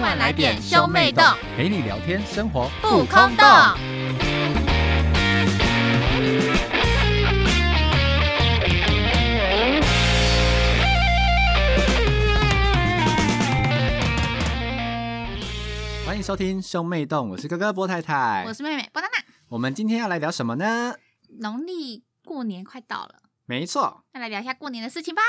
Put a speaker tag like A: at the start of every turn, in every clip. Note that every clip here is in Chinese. A: 快来点兄妹洞，
B: 陪你聊天，生活
A: 不空洞。
B: 欢迎收听兄妹洞，我是哥哥波太太。
A: 我是妹妹波娜娜。
B: 我们今天要来聊什么呢？
A: 农历过年快到了，
B: 没错，
A: 那来聊一下过年的事情吧。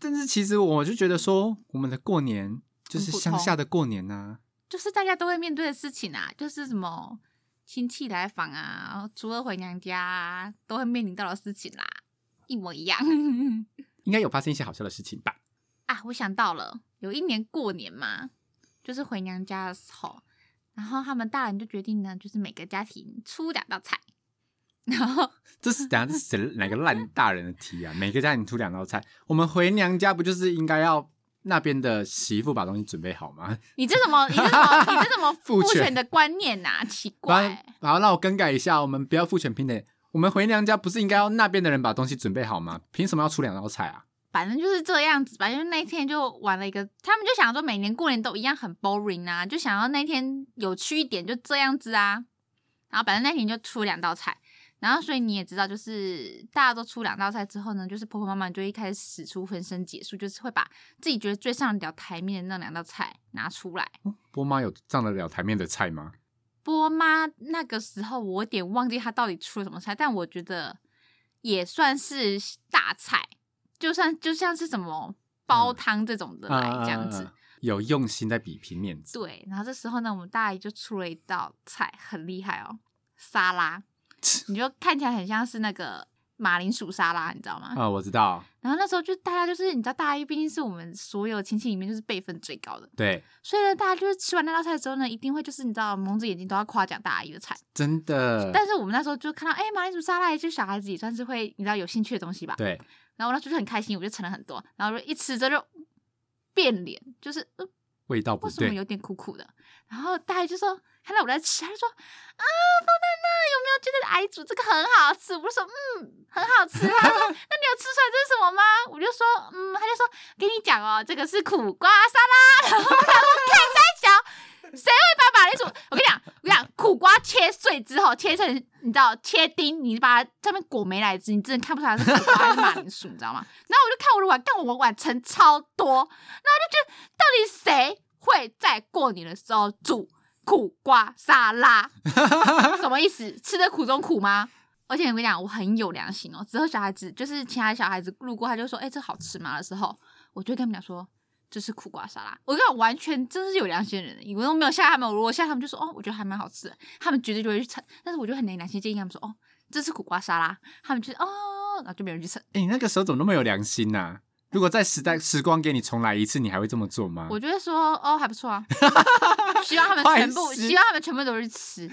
B: 但是其实我就觉得说，我们的过年就是乡下的过年呐、
A: 就是大家都会面对的事情啊，就是什么亲戚来访啊，然后初二回娘家啊，都会面临到的事情啦，一模一样。
B: 应该有发生一些好笑的事情吧？
A: 啊，我想到了，有一年过年嘛，就是回娘家的时候，然后他们大人就决定呢，就是每个家庭出两道菜，然后
B: 这是等下这是谁哪个烂大人的题啊？每个家庭出两道菜，我们回娘家不就是应该要那边的媳妇把东西准备好吗？
A: 你这怎么 你这怎么你这怎么
B: 父
A: 父
B: 权
A: 权的观念呐、奇
B: 不然
A: 怪，，
B: 好，让我更改一下，我们不要父权平等。我们回娘家不是应该要那边的人把东西准备好吗？凭什么要出两道菜啊？
A: 反正就是这样子吧。因为那一天就玩了一个，他们就想说每年过年都一样很 boring 啊，就想要那天有趣一点，就这样子啊。然后反正那天就出两道菜，然后所以你也知道，就是大家都出两道菜之后呢，就是婆婆妈妈就一开始使出浑身解数，就是会把自己觉得最上得了台面的那两道菜拿出来。
B: 波妈有上得了台面的菜吗？
A: 波妈那个时候我有点忘记她到底出了什么菜，但我觉得也算是大菜，就算就像是什么煲汤这种的来、这样子。
B: 嗯啊有用心在比拼 面子，
A: 对，然后这时候呢，我们大姨就出了一道菜，很厉害哦，沙拉，你就看起来很像是那个马铃薯沙拉，你知道吗？
B: 啊、我知道，
A: 然后那时候就大家就是你知道大姨毕竟是我们所有亲戚里面就是辈分最高的，
B: 对，
A: 所以呢，大家就是吃完那道菜之后呢，一定会就是你知道蒙着眼睛都要夸奖大姨的菜。
B: 真的，
A: 但是我们那时候就看到，哎、马铃薯沙拉，就小孩子也算是会你知道有兴趣的东西吧。
B: 对，
A: 然后我那时候就很开心，我就盛了很多，然后就一吃之后就变脸，就是、呃、
B: 味道不
A: 为什么
B: 对，
A: 有点苦苦的。然后大姨就说，看到我在吃，她就说啊，方丹娜有没有觉得阿姨煮这个很好吃？我就说嗯，很好吃。她说那你有吃出来这是什么吗？我就说嗯，她就说跟你讲哦，这个是苦瓜沙拉。然后我想说看三小。谁会把马铃薯？我跟你讲，我跟你讲，苦瓜切碎之后，切成你知道切丁，你把它上面裹梅来汁，你真的看不出来是苦瓜还是马铃薯，你知道吗？然后我就看我的碗，看我碗盛超多，然后我就觉得到底谁会在过年的时候煮苦瓜沙拉？什么意思？吃的苦中苦吗？而且我跟你讲，我很有良心哦。之后小孩子就是其他小孩子路过，他就说：“哎、这好吃吗？”的时候，我就跟他们讲说：“这是苦瓜沙拉。”我跟你讲，完全真是有良心的人，我都没有吓他们。如果吓他们，就说：“哦，我觉得还蛮好吃的。”他们绝对就会去蹭。但是我就很没良心，建议他们说：“哦，这是苦瓜沙拉。”他们就哦，然后就没人去蹭。
B: 哎、你那个时候怎么那么有良心呐、如果在时代时光给你重来一次，你还会这么做吗？
A: 嗯我就会说：“哦，还不错 啊。”希望他们全部，
B: 嗯坏事
A: 希望他们全部都去 吃。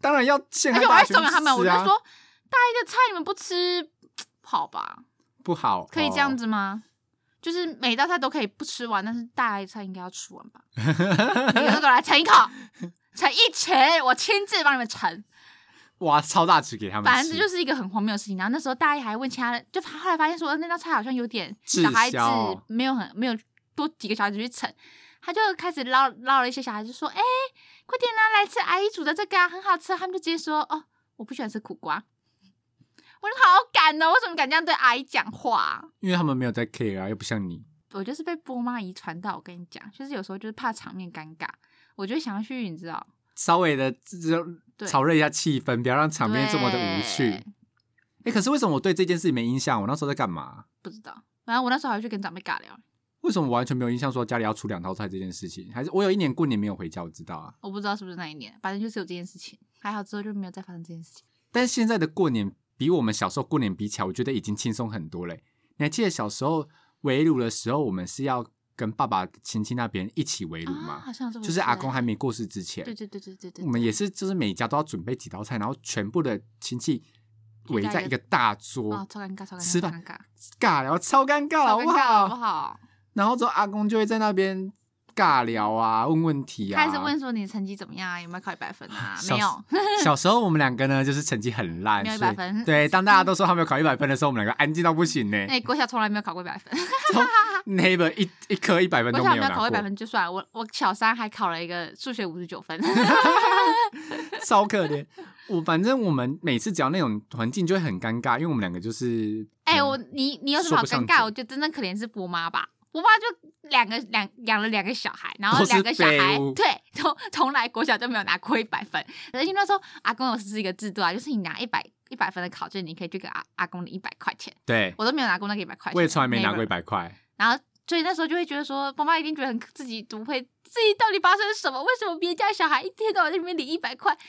B: 当然要陷害
A: 而且我还
B: 大家去
A: 怂恿他们，我
B: 吃
A: 就
B: 啊
A: 说大一的菜你们不吃，不好吧？
B: 不好，
A: 可以这样
B: 子。
A: 子吗？就是每道菜都可以不吃完，但是大一的菜应该要吃 完吧？你们都来盛一口，盛一群，我亲自帮你们盛。
B: 哦哇，超大只给他们吃，
A: 反正这就是一个很荒谬的事情。然后那时候大一还问其他人，就后来发现说呃那道菜好像有点
B: 滞
A: 小孩子
B: 销
A: 没有很没有多几个小孩子去盛，他就开始捞捞了一些小孩子说：“哎、快点啦、来吃阿姨煮的这个啊，很好吃。”他们就直接说：“哦，我不喜欢吃苦瓜。”我就好感哦，为什么敢这样对阿姨讲话啊、
B: 因为他们没有在 care 啊，又不像你，
A: 我就是被波妈遗传到，我跟你讲，就是有时候就是怕场面尴尬，我就想要去，你知道，
B: 稍微的就
A: 对
B: 炒热一下气氛，不要让场面这么的无趣。
A: 对
B: 哎、可是为什么我对这件事没印象？我那时候在干嘛？
A: 不知道。反正我那时候还去跟长辈尬聊，
B: 为什么我完全没有印象说家里要出两道菜这件事情？还是哦我有一年过年没有回家，我知道啊。
A: 我不知道是不是那一年，反正就是有这件事情。还好之后就没有再发生这件事情。
B: 但现在的过年比我们小时候过年比起来，我觉得已经轻松很多嘞。你还记得小时候围炉的时候，我们是要跟爸爸亲戚那边一起围炉
A: 啊，
B: 吗？
A: 好像有这回
B: 就是
A: 事
B: 阿公
A: 欸
B: 还没过世之前，
A: 对对对对对对，
B: 我们也是，就是每家都要准备几道菜，然后全部的亲戚围在一个大桌，
A: 啊、哦，超尴尬，超尴尬，
B: 吃
A: 超
B: 饭
A: 尴尬，
B: 尬聊，超尴尬，好
A: 超
B: 不
A: 尴尬好不
B: 好？
A: 好？
B: 然后之后阿公就会在那边尬聊啊，问问题啊。
A: 开始问说你成绩怎么样啊？有没有考一百分 啊？
B: 小
A: 没有，
B: 小时候我们两个呢，就是成绩很烂，
A: 没有
B: 所以
A: 100分哎
B: 对，当大家都说他没有考一百分的时候，我们两个安静到不行 呢。
A: 那你国小从来没有考过一百分，
B: 从 neighbor 一一科一百分
A: 国
B: 都
A: 小没
B: 没有
A: 有
B: 拿
A: 考过一百
B: 过，
A: 分就算了，我我小三还考了一个数学五十九 分，
B: 超可怜。我反正我们每次只要那种环境就会很尴尬，因为我们两个就是
A: 哎、我你你有什么好
B: 说
A: 尴
B: 不
A: 尬？
B: 上嘴
A: 我觉得真正可怜是波妈吧，波妈就两个两养了两个小孩，然后
B: 都是
A: 两个小孩
B: 废物
A: 对从从来国小就没有拿过一百分，而且那时候阿公有是一个制度啊，就是你拿一百一百分的考卷，你可以去给阿阿公的一百块钱，
B: 对，
A: 我都没有拿过那个一百块钱，
B: 我也从来没拿过一
A: never。
B: 百块。
A: 然后所以那时候就会觉得说，妈妈一定觉得很自己不会，自己到底发生什么？为什么别人家小孩一天到晚在那边领一百块，我家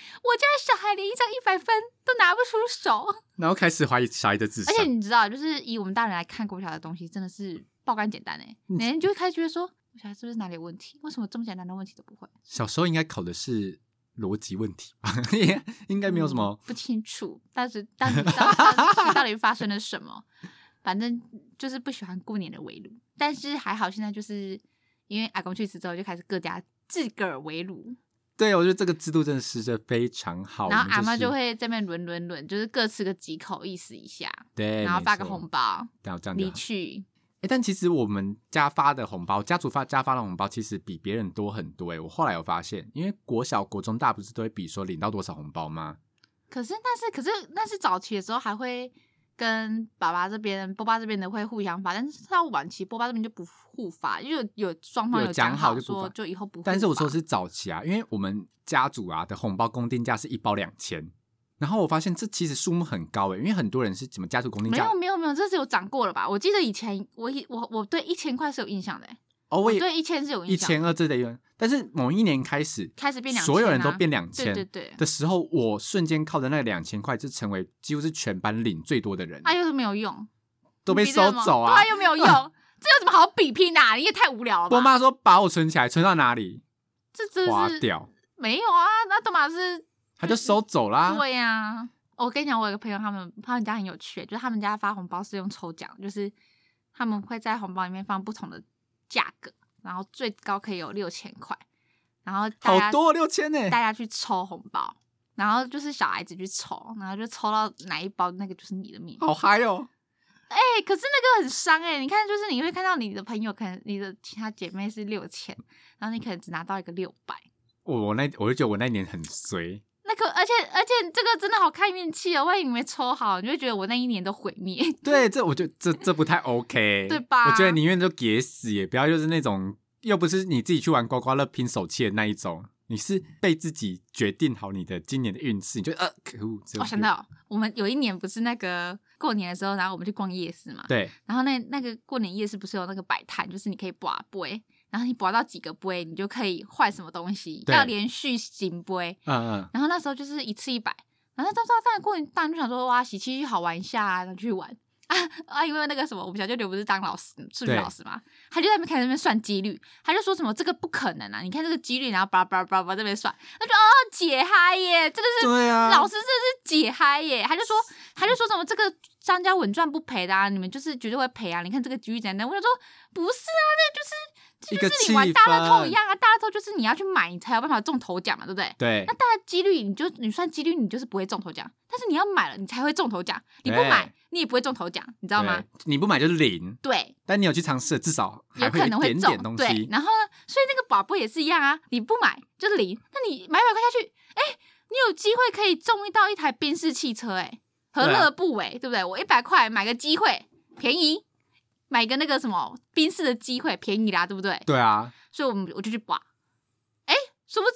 A: 的小孩连一张一百分都拿不出手？
B: 然后开始怀疑小孩的智
A: 而
B: 商，
A: 且你知道，就是以我们大人来看国小的东西，真的是爆肝简单哎、欸，
B: 嗯
A: 每天就会开始觉得说，我小孩是不是哪里有问题？为什么这么简单的问题都不会？
B: 小时候应该考的是逻辑问题吧， 应应哎该没有什么
A: 嗯、不清楚，但是但是到底到底发生了什么？反正就是不喜欢过年的围炉，但是还好现在就是因为阿公去世之后，就开始各家自个儿围炉，
B: 对，我觉得这个制度真的实在非常好。
A: 然
B: 我
A: 后
B: 们
A: 阿妈就是会这边轮轮轮，就是各吃个几口意思一下，
B: 对，
A: 然后
B: 哎没
A: 发个
B: 错
A: 红，包
B: 然后这样
A: 离
B: 就好。
A: 去。
B: 哎，但其实我们家发的红包，家族发家发的红包，其实比别人多很多。哎，我后来有发现，因为国小、国中大不是都会比说领到多少红包吗？
A: 可是，但是，可是，那是早期的时候还会跟爸爸这边、波爸这边的会互相发，但是到晚期波爸这边就不互发，因为有有双方
B: 有
A: 讲
B: 讲好就不
A: 说
B: 发
A: 就以后不互发。
B: 但是我说的是早期啊，因为我们家族啊的红包公定价是一包两千，然后我发现这其实数目很高诶，因为很多人是怎么家族公定
A: 没
B: 价
A: 有没有没有，这是有涨过了吧？我记得以前我以我我对一千块是有印象的、欸，
B: 哦，我
A: 我
B: 也
A: 对一千是有
B: 一
A: 印象的，
B: 千二之类的，但是某一年开始，
A: 开始变两、啊，
B: 所有人都变两
A: 对对
B: 千
A: 对。
B: 的时候，我瞬间靠着那两千块，就成为几乎是全班领最多的人，
A: 啊，又是没有用，
B: 都被
A: 你比这个
B: 收
A: 吗
B: 走啊
A: 对啊，！又没有 用，这有什么好比拼的、啊？你也太无聊了
B: 我
A: 吧？
B: 妈说把我存起来，存到哪里？
A: 这真
B: 花
A: 的是
B: 掉，
A: 没有啊，那干嘛是
B: 她就收走啦。
A: 对呀、哦我跟你讲，我有个朋友，他们他们家很有趣，就是他们家发红包是用抽奖，就是他们会在红包里面放不同的价格，然后最高可以有六千块，然后大家
B: 好多六千呢。
A: 大家去抽红包，然后就是小孩子去抽，然后就抽到哪一包，那个就是你的命。
B: 好嗨哦！
A: 哎、可是那个很伤哎、你看，就是你会看到你的朋友，可能你的其他姐妹是六千，然后你可能只拿到一个六百。
B: 我我那我就觉得我那年很衰，
A: 那个，而且而且这个真的好看运气哦，万一你没抽好，你就会觉得我那一年都毁灭。
B: 对，这我就这这不 太 OK，
A: 对吧
B: 我觉得宁愿就给死，也不要就是那种又不是你自己去玩刮刮乐拼手气的那一种，你是被自己决定好你的今年的运势，你就呃可恶，这
A: 我哦想到我们有一年不是那个过年的时候，然后我们去逛夜市嘛，
B: 对
A: 然后那那个过年夜市不是有那个摆摊，就是你可以刮杯，然后你刮到几个杯，你就可以换什么东西，
B: 对
A: 要连续行杯。
B: 嗯嗯，
A: 然后那时候就是一次一百，然后到到当然过年当然就想说哇，喜气好玩一下、啊，然后去玩。 啊啊！因为那个什么，我们小舅舅不是当老师，数学
B: 对
A: 老师嘛，他就在那边开始那边算几率，他就说什么这个不可能啊！你看这个几率，然后叭叭叭叭这边算，他就哦解嗨耶，真的是
B: 对啊，
A: 老师这是解嗨耶，他就说他就说什么这个商家稳赚不赔的啊，你们就是绝对会赔啊！你看这个局域简单，我想说不是啊，那就是这
B: 一个
A: 就是你玩
B: 气
A: 大乐透
B: 氛
A: 一样啊，大乐透就是你要去买，你才有办法中头奖嘛，对不对？
B: 对
A: 那，大几率你就你算几率你就是不会中头奖，但是你要买了你才会中头奖，你不
B: 对
A: 买你也不会中头奖，你知道吗
B: 对？？你不买就是零，
A: 对，
B: 但你有去尝试，至少还
A: 有可能
B: 有一点
A: 中，
B: 点东
A: 对
B: 西，，
A: 然后呢，所以那个宝贝也是一样啊，你不买就是零，那你买百块下去，哎、你有机会可以中到一台宾士汽车、哎，何
B: 对啊
A: 乐而不为，对不对？我一百块买个机会，便宜，买个那个什么宾士的机会，便宜啦，对不对？
B: 对啊，
A: 所以我们我就去刮，哎、殊不知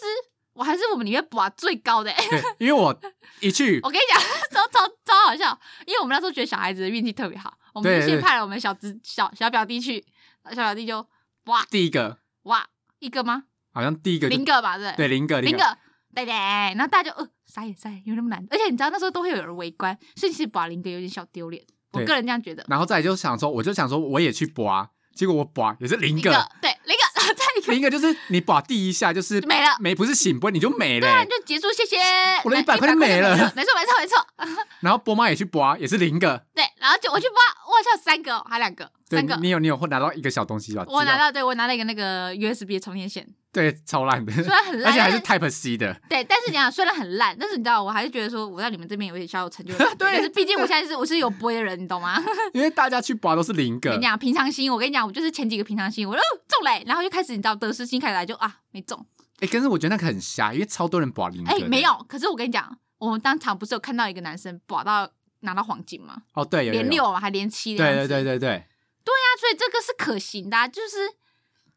A: 我还是我们里面刮最高的、哎
B: 对，因为我一去
A: 我跟你讲，超超超好笑，因为我们那时候觉得小孩子的运气特别好，我们就
B: 对
A: 先
B: 对
A: 派了我们小侄小小表弟去，小表弟就哇
B: 第一个
A: 哇一个吗？
B: 好像第一个就
A: 零个吧，对不
B: 对零个
A: 零个，对对，然后大家就呃傻眼傻眼，有那么难，而且你知道那时候都会有人围观，所以其实把零个有点小丢脸，我
B: 对
A: 个人这样觉得。
B: 然后再来就想说，我就想说我也去拔，结果我拔也是
A: 零
B: 零 个，
A: 对零个，然后再
B: 另一个就是你把第一下就是
A: 就没了
B: 没不是醒不会你就没了
A: 对啊，
B: 欸、
A: 你就结束，谢谢。
B: 我的
A: 那
B: 100块
A: 就
B: 就没了
A: 没错，没错，没错。
B: 然后波妈也去拔，也是零个。
A: 对，然后就我去挖，我好像有三个哦，还两个，
B: 对
A: 三个。
B: 你有你有会拿到一个小东西吧？
A: 我
B: 知道
A: 拿到，对我拿了一个那个 USB 充电线，
B: 对超烂的，
A: 虽然很
B: 而
A: 烂，
B: 且还是
A: 但
B: Type C 的。。
A: 对，但是你讲虽然很烂，但是你知道，我还是觉得说我在你们这边有点小有成就感
B: 对
A: 但是毕竟我现在是我是有 boy 的人，你 懂吗？
B: 因为大家去拔都是零
A: 跟
B: 个
A: 你，讲平常心，我跟你讲，我就是前几个平常心，我就、哦、中嘞、然后就开始你知道得失心开始来就啊没中，
B: 哎、可是我觉得那个很瞎，因为超多人拔零个。
A: 哎、没，有。可是我跟你讲，我们当场不是有看到一个男生保到拿到黄金吗？
B: 哦对，有
A: 连，
B: 有
A: 六嘛，还连七
B: 有
A: 的样
B: 对
A: 子。
B: 对对对对，
A: 那所以这个是可行的、啊，就是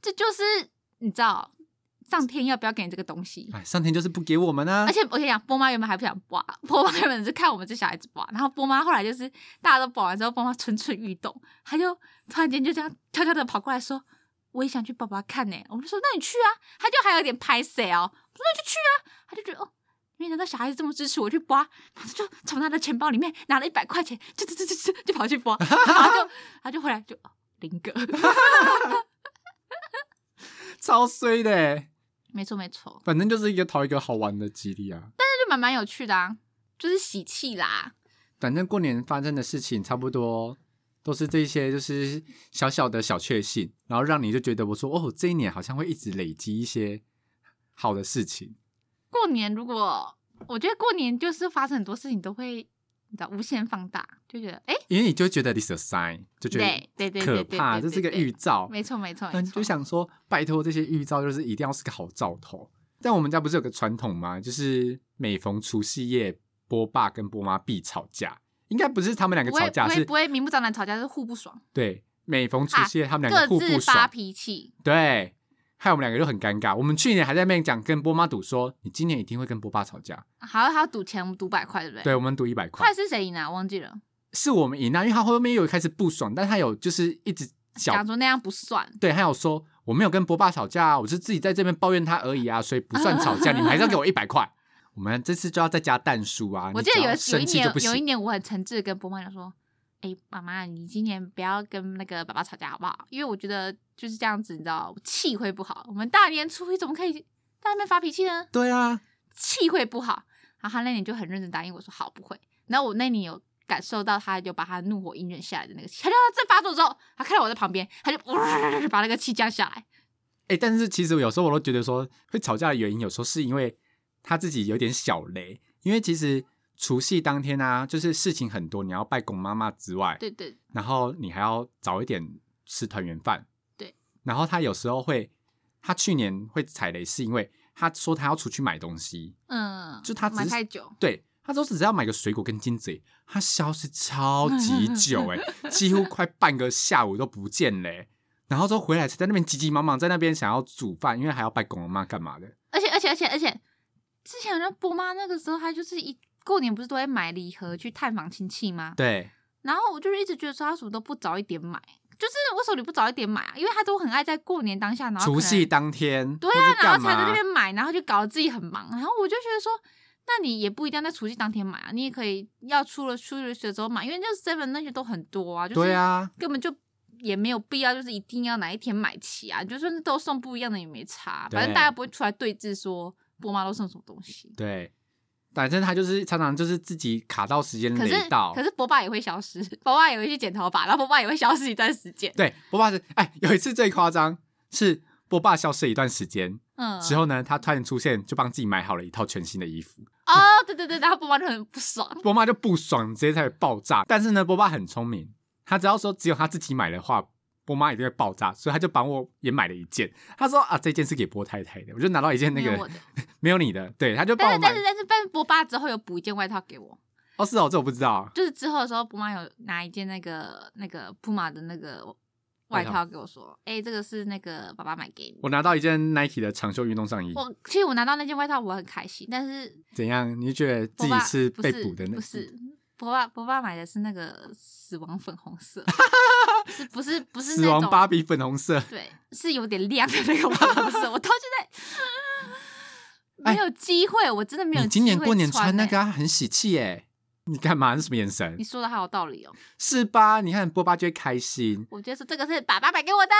A: 这就是你知道上天要不要给你这个东西？
B: 哎，上天就是不给我们啊
A: 而。且我跟你讲，波妈原本还不想拔，波妈原本是看我们这小孩子拔，然后波妈后来就是大家都拔完之后，波妈蠢蠢欲动，她就突然间就这样悄悄的跑过来说：“我也想去拔拔看呢、我们就说：“那你去啊！”她就还有点拍谁哦，我说：“那就去啊！”她就觉得哦。没想到小孩子这么支持我去拔，然后就从他的钱包里面拿了一百块钱，就就就就就就跑去拔，然后就他就回来就哦零个，
B: 超衰的欸，
A: 没错没错，
B: 反正就是一个讨一个好玩的激励啊。
A: 那就蛮蛮有趣的啊，就是喜气啦。
B: 反正过年发生的事情差不多都是这些，就是小小的小确幸，然后让你就觉得我说哦，这一年好像会一直累积一些好的事情。
A: 过年如果我觉得过年就是发生很多事情都会，你知道无限放大，就觉得哎、
B: 因为你就会觉得 this a sign，就觉
A: 对对
B: 得
A: 对
B: 可
A: 对对
B: 怕，
A: 对
B: 这
A: 对
B: 是个
A: 对
B: 预兆。
A: 没错没错
B: 那
A: 没
B: 你
A: 错，
B: 就想说，拜托这些预兆就是一定要是个好兆头。但我们家不是有个传统吗？就是每逢除夕夜，波爸跟波妈必吵架。应该不是他们两个
A: 不
B: 吵
A: 会
B: 架，
A: 不会
B: 是
A: 不会明目张胆吵架，是互不爽，
B: 对每逢除夕夜、他们两
A: 各
B: 个互
A: 自
B: 不
A: 发
B: 爽，
A: 脾气，
B: 对，害我们两个就很尴尬。我们去年还在那边讲跟波妈赌说，你今年一定会跟波爸吵架。
A: 还要还要赌钱，我们赌百块，对不对？
B: 对，我们赌一百块
A: 快，是谁赢啊？忘记了，
B: 是我们赢啊，因为他后面又有开始不爽，但他有就是一直小啊
A: 讲说那样不算，
B: 对，还有说我没有跟波爸吵架啊，我是自己在这边抱怨他而已啊，所以不算吵架，你们还是要给我一百块。 我们这次就要再加蛋数啊！
A: 我
B: 你
A: 记得
B: 只
A: 有
B: 要
A: 一有
B: 生
A: 一
B: 气就不
A: 年有一
B: 行，
A: 年我很诚挚地跟波妈讲说，哎、妈妈，你今年不要跟那个爸爸吵架好不好？因为我觉得就是这样子，你知道气会不好。我们大年初一怎么可以在那边发脾气呢？
B: 对啊，
A: 气会不好。然后他那年就很认真答应我说好不会。然后我那年有感受到他有把他的怒火隐忍下来的那个气，他就在发作之后，他看到我在旁边，他就、把那个气降下来。
B: 哎、但是其实有时候我都觉得说，会吵架的原因有时候是因为他自己有点小雷，因为其实除夕当天啊，就是事情很多，你要拜公妈妈之外，
A: 对对，
B: 然后你还要早一点吃团圆饭。
A: 对，
B: 然后他有时候会，他去年会踩雷是因为他说他要出去买东西，
A: 嗯，
B: 就他只
A: 买
B: 是
A: 太久，
B: 对他都只是要买个水果跟金子而已，他消失超级 久哎、几乎快半个下午都不见嘞、然后之后回来才在那边急急忙忙，在那边想要煮饭，因为还要拜公公妈干嘛的。
A: 而且而且而且而且，之前那波妈那个时候，她就是一过年不是都会买礼盒去探访亲戚吗？
B: 对，
A: 然后我就是一直觉得说她怎么都不早一点买，就是为什么你不早一点买啊？因为她都很爱在过年当下，然后可
B: 除
A: 能
B: 夕当天，
A: 对
B: 或
A: 啊
B: 是，
A: 然
B: 干
A: 后才在
B: 嘛
A: 那边买，然后就搞得自己很忙。然后我就觉得说，那你也不一定要在除夕当天买啊，你也可以要出了出了学之后买，因为那 seven 那些都很多啊，就是
B: 对啊，
A: 根本就也没有必要，就是一定要哪一天买齐啊，就算都送不一样的也没差，啊
B: 对
A: 反正大家不会出来对峙说波妈都送什么东西。
B: 对，反正他就是常常就是自己卡到时间
A: 可是
B: 雷到。
A: 可是波爸也会消失，波爸也会去剪头发，然后波爸也会消失一段时间。
B: 对，波爸是哎，有一次最夸张是波爸消失一段时间
A: 嗯，
B: 之后呢，他突然出现，就帮自己买好了一套全新的衣服。
A: 哦，对对对，然后波爸就很不爽。
B: 波妈就不爽，直接才爆炸。但是呢，波爸很聪明，他只要说只有他自己买的话，波妈一定会爆炸，所以他就帮我也买了一件。他说啊，这件是给波太太的，我就拿到一件那
A: 没
B: 个
A: 有我的，
B: 没有你的，对，他就
A: 但
B: 帮我
A: 是
B: 买
A: 但。是但是，但是波爸之后有补一件外套给我，
B: 哦，是哦，这我不知道。
A: 就是之后的时候，布妈有拿一件那个那个布马的那个
B: 外
A: 外
B: 套
A: 套给我说，哎、这个是那个爸爸买给你。
B: 我拿到一件 Nike 的长袖运动上衣，
A: 我其实我拿到那件外套，我很开心，但是
B: 怎样？你就觉得自
A: 波
B: 己
A: 爸
B: 是
A: 不
B: 被捕的那？
A: 不是，波爸波爸买的是那个死亡粉红 色，是不是不是
B: 死
A: 那
B: 亡
A: 种
B: 芭比粉红色。
A: 对，是有点亮的那个粉红色，我到现在
B: 哎
A: 没有机会，我真的没有
B: 你
A: 机会穿欸、欸
B: 啊今年过年穿那个、啊、很喜气耶、你干嘛？那什么眼神
A: 你？说的好有道理哦，
B: 是吧？你看波爸就会开心，
A: 我觉得是这个是爸爸买给我的，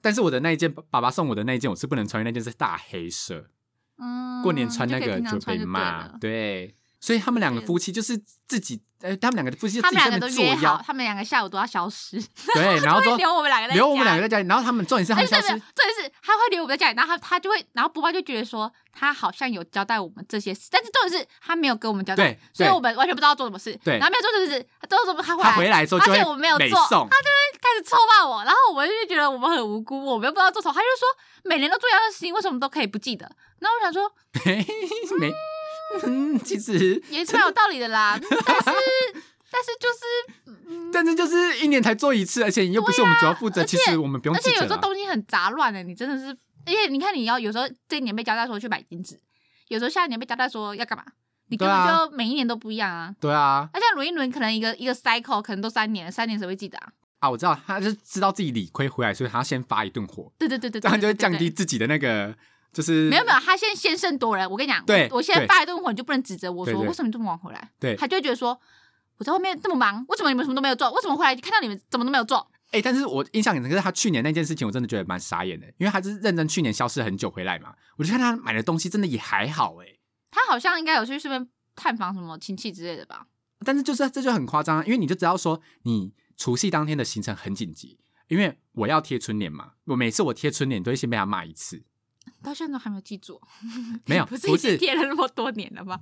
B: 但是我的那一件，爸爸送我的那一件，我是不能穿，因为那件是大黑色，
A: 嗯，
B: 过年穿那
A: 就可以
B: 个
A: 平常穿
B: 被
A: 就对
B: 骂。
A: 了
B: 对，所以他们两个夫妻就是自己，呃，他们两个夫妻就
A: 他
B: 自己
A: 们
B: 在
A: 两
B: 那
A: 个都
B: 边
A: 约
B: 作
A: 好，
B: 妖，
A: 他们两个下午都要消 失，
B: 对，然后
A: 会
B: 说
A: 留我们两个在
B: 留我们
A: 家
B: 两个在家里，然后他们重点是他
A: 而
B: 们
A: 且
B: 消
A: 没有，
B: 失，
A: 这点是他会留我们在家里，然后他他就会，然后波爸就觉得说他好像有交代我们这些事，但是重点是他没有跟我们交代
B: 对，
A: 所以
B: 对
A: 我们完全不知道他做什么事。
B: 对
A: 然后没有做什么事，他做什么他回来
B: 他回来之后就
A: 而
B: 会
A: 且我没有
B: 美
A: 做
B: 送，
A: 开始臭骂我，然后我就觉得我们很无辜，我们又不知道做什么。他就说每年都做一样的事情，为什么都可以不记得？然后我想说
B: 嘿没，嗯，其实，
A: 也是蛮有道理的啦， 嗯但是但是就是嗯。
B: 但是就是一年才做一次，而且又不是我们主要负责，
A: 啊而
B: 其
A: 且
B: 实我们不用
A: 而
B: 记啊
A: 且有
B: 着
A: 时候
B: 啦。
A: 东西很杂乱的、欸你真的是，而且你看你要有时候这一年被交代说去买金纸，有时候下一年被交代说要干嘛，你根
B: 对
A: 本
B: 啊
A: 就每一年都不一样啊。
B: 对啊，
A: 而且轮一轮，可能一个一个 cycle 可能都三年，三年谁会记得啊？
B: 啊，我知道，他就是知道自己理亏回来，所以他要先发一顿火，
A: 对对对对，
B: 这样就
A: 对
B: 会降。低
A: 对对
B: 自己的那个，就是
A: 对没有没有，他现在先胜夺人。我跟你讲，
B: 对
A: 我我现在
B: 对
A: 发一顿火，你就不能指责我
B: 对
A: 说
B: 对
A: 为什么你这么晚回来？
B: 对
A: 他就会觉得说我在外面这么忙，为什么你们什么都没有做？为什么回来看到你们怎么都没有做？
B: 哎、但是我印象很深刻，他去年那件事情，我真的觉得蛮傻眼的，因为他是认真去年消失很久回来嘛，我就看他买的东西真的也还好哎、
A: 他好像应该有去顺便探访什么亲戚之类的吧？
B: 但是就是这就很夸张啊，因为你就知道说你除夕当天的行程很紧急，因为我要贴春联嘛，我每次我贴春联都会先被他骂一次，
A: 到现在都还没有记 住。
B: 没有，
A: 不
B: 不
A: 是已经
B: 是
A: 贴了那么多年了吗？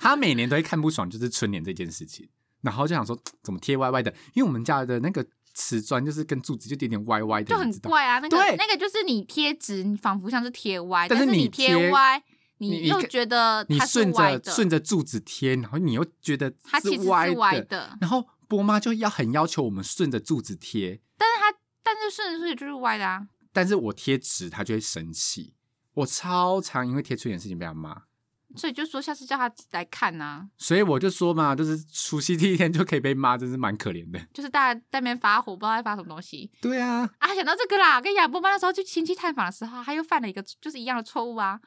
B: 他每年都会看不爽，就是春联这件事情，然后就想说怎么贴歪歪的，因为我们家的那个瓷砖就是跟柱子就有点歪歪的，
A: 就
B: 你
A: 很
B: 知道
A: 怪啊，那个
B: 对
A: 那个就是你贴纸，你仿佛像是贴歪，
B: 但
A: 是
B: 是
A: 你
B: 你
A: 贴
B: 贴
A: 歪，
B: 你
A: 你
B: 你
A: 又
B: 看
A: 觉得
B: 你
A: 它是
B: 顺
A: 歪
B: 着
A: 的，
B: 顺着柱子贴，然后你又觉得
A: 它其实是
B: 歪
A: 歪的，
B: 然后波妈就要很要求我们顺着柱子贴，
A: 但是它但是顺着顺着就是歪的啊。
B: 但是我贴直她就会生气。我超常因为贴春联的事情被她骂，
A: 所以就说下次叫他来看啊呐、
B: 所以我就说嘛，就是除夕第一天就可以被骂，真是蛮可怜的。
A: 就是大家在那边发火，不知道在发什么东西
B: 对啊，
A: 啊。想到这个啦，跟亚波妈那时候去亲戚探访的时候，他又犯了一个就是一样的错误啊，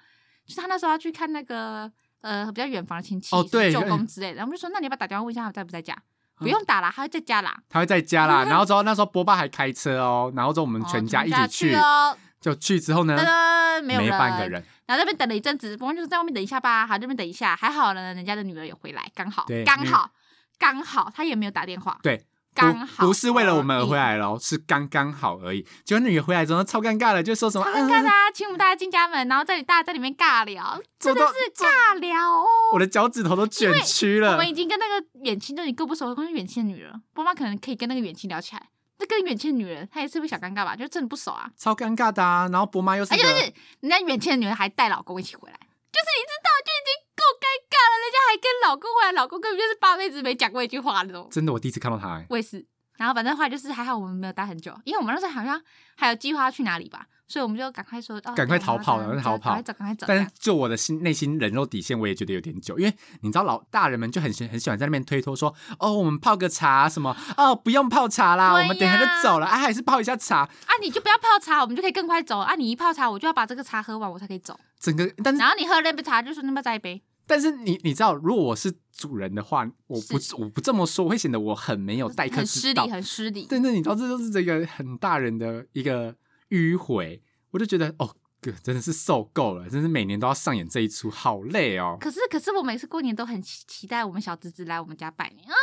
A: 就是他那时候要去看那个呃比较远房的亲戚，
B: 哦
A: 是
B: 对
A: 舅公
B: 嗯
A: 之类的，然后我们就说那你要不要打电话问一下他在不在家？不
B: 嗯
A: 用打啦，他会在家啦。
B: 她会在家啦。然后之后那时候波爸还开车哦，然后之后我们
A: 啊哦
B: 全家一
A: 全家
B: 起
A: 去
B: 去，
A: 哦
B: 就去之后呢
A: 噔，噔，没有人，
B: 半个。人。
A: 然后在那边等了一阵子，我们就是在外面等一下吧，好，这边等一下，还好呢，人家的女儿也回来，刚好
B: 对，
A: 刚
B: 没
A: 好，刚好，她也没有打电话，
B: 对，
A: 刚好
B: 不不是为了我们而回
A: 而已。
B: 来咯，是刚刚好而已。结果女儿回来之后超尴尬的，就说什么嗯
A: 超尴尬的啊，请我们大家进家门，然后在大家在里面尬聊，
B: 真
A: 真的是尬聊哦。
B: 我的脚趾头都卷曲
A: 我
B: 了
A: 们。已经跟那个远亲，就你够不熟，光是远亲的女人，爸妈可能可以跟那个远亲聊起来。那跟远亲的女人，她也是会小尴尬吧，就真的不熟啊。
B: 超尴尬的啊！然后伯妈又是
A: 而
B: 一
A: 且
B: 个，
A: 就是人家远亲的女人还带老公一起回来，就是你知道就已经够尴尬了，人家还跟老公回来，老公根本就是八辈子没讲过一句话那种。
B: 真的，我第一次看到她、欸，
A: 我也是，然后反正后来就是还好我们没有待很久，因为我们那时候好像还有计划要去哪里吧，所以我们就赶快说，哦、
B: 赶快逃跑
A: 对我们要
B: 赶快逃跑
A: 赶快走，赶快走。
B: 但是就我的心内心忍肉底线，我也觉得有点久，因为你知道老大人们就很喜很喜欢在那边推脱说，哦，我们泡个茶什么，哦，不用泡茶啦，
A: 对呀
B: 我们等一下就走了，啊，还是泡一下茶，
A: 啊，你就不要泡茶，我们就可以更快走啊！你一泡茶，我就要把这个茶喝完，我才可以走。
B: 整个，但是
A: 然后你喝了那杯茶，就说那么再一杯，
B: 但是你你知道，如果我是主人的话，我不
A: 是
B: 我不这么说，会显得我很没有待客
A: 很失
B: 之
A: 礼
B: 道，。
A: 很失礼。
B: 但是你知道，这就是这个很大人的一个迂回，我就觉得哦。哥真的是受够了，真是每年都要上演这一出，好累哦。
A: 可是，可是我每次过年都很期期待我们小侄子来我们家拜年啊！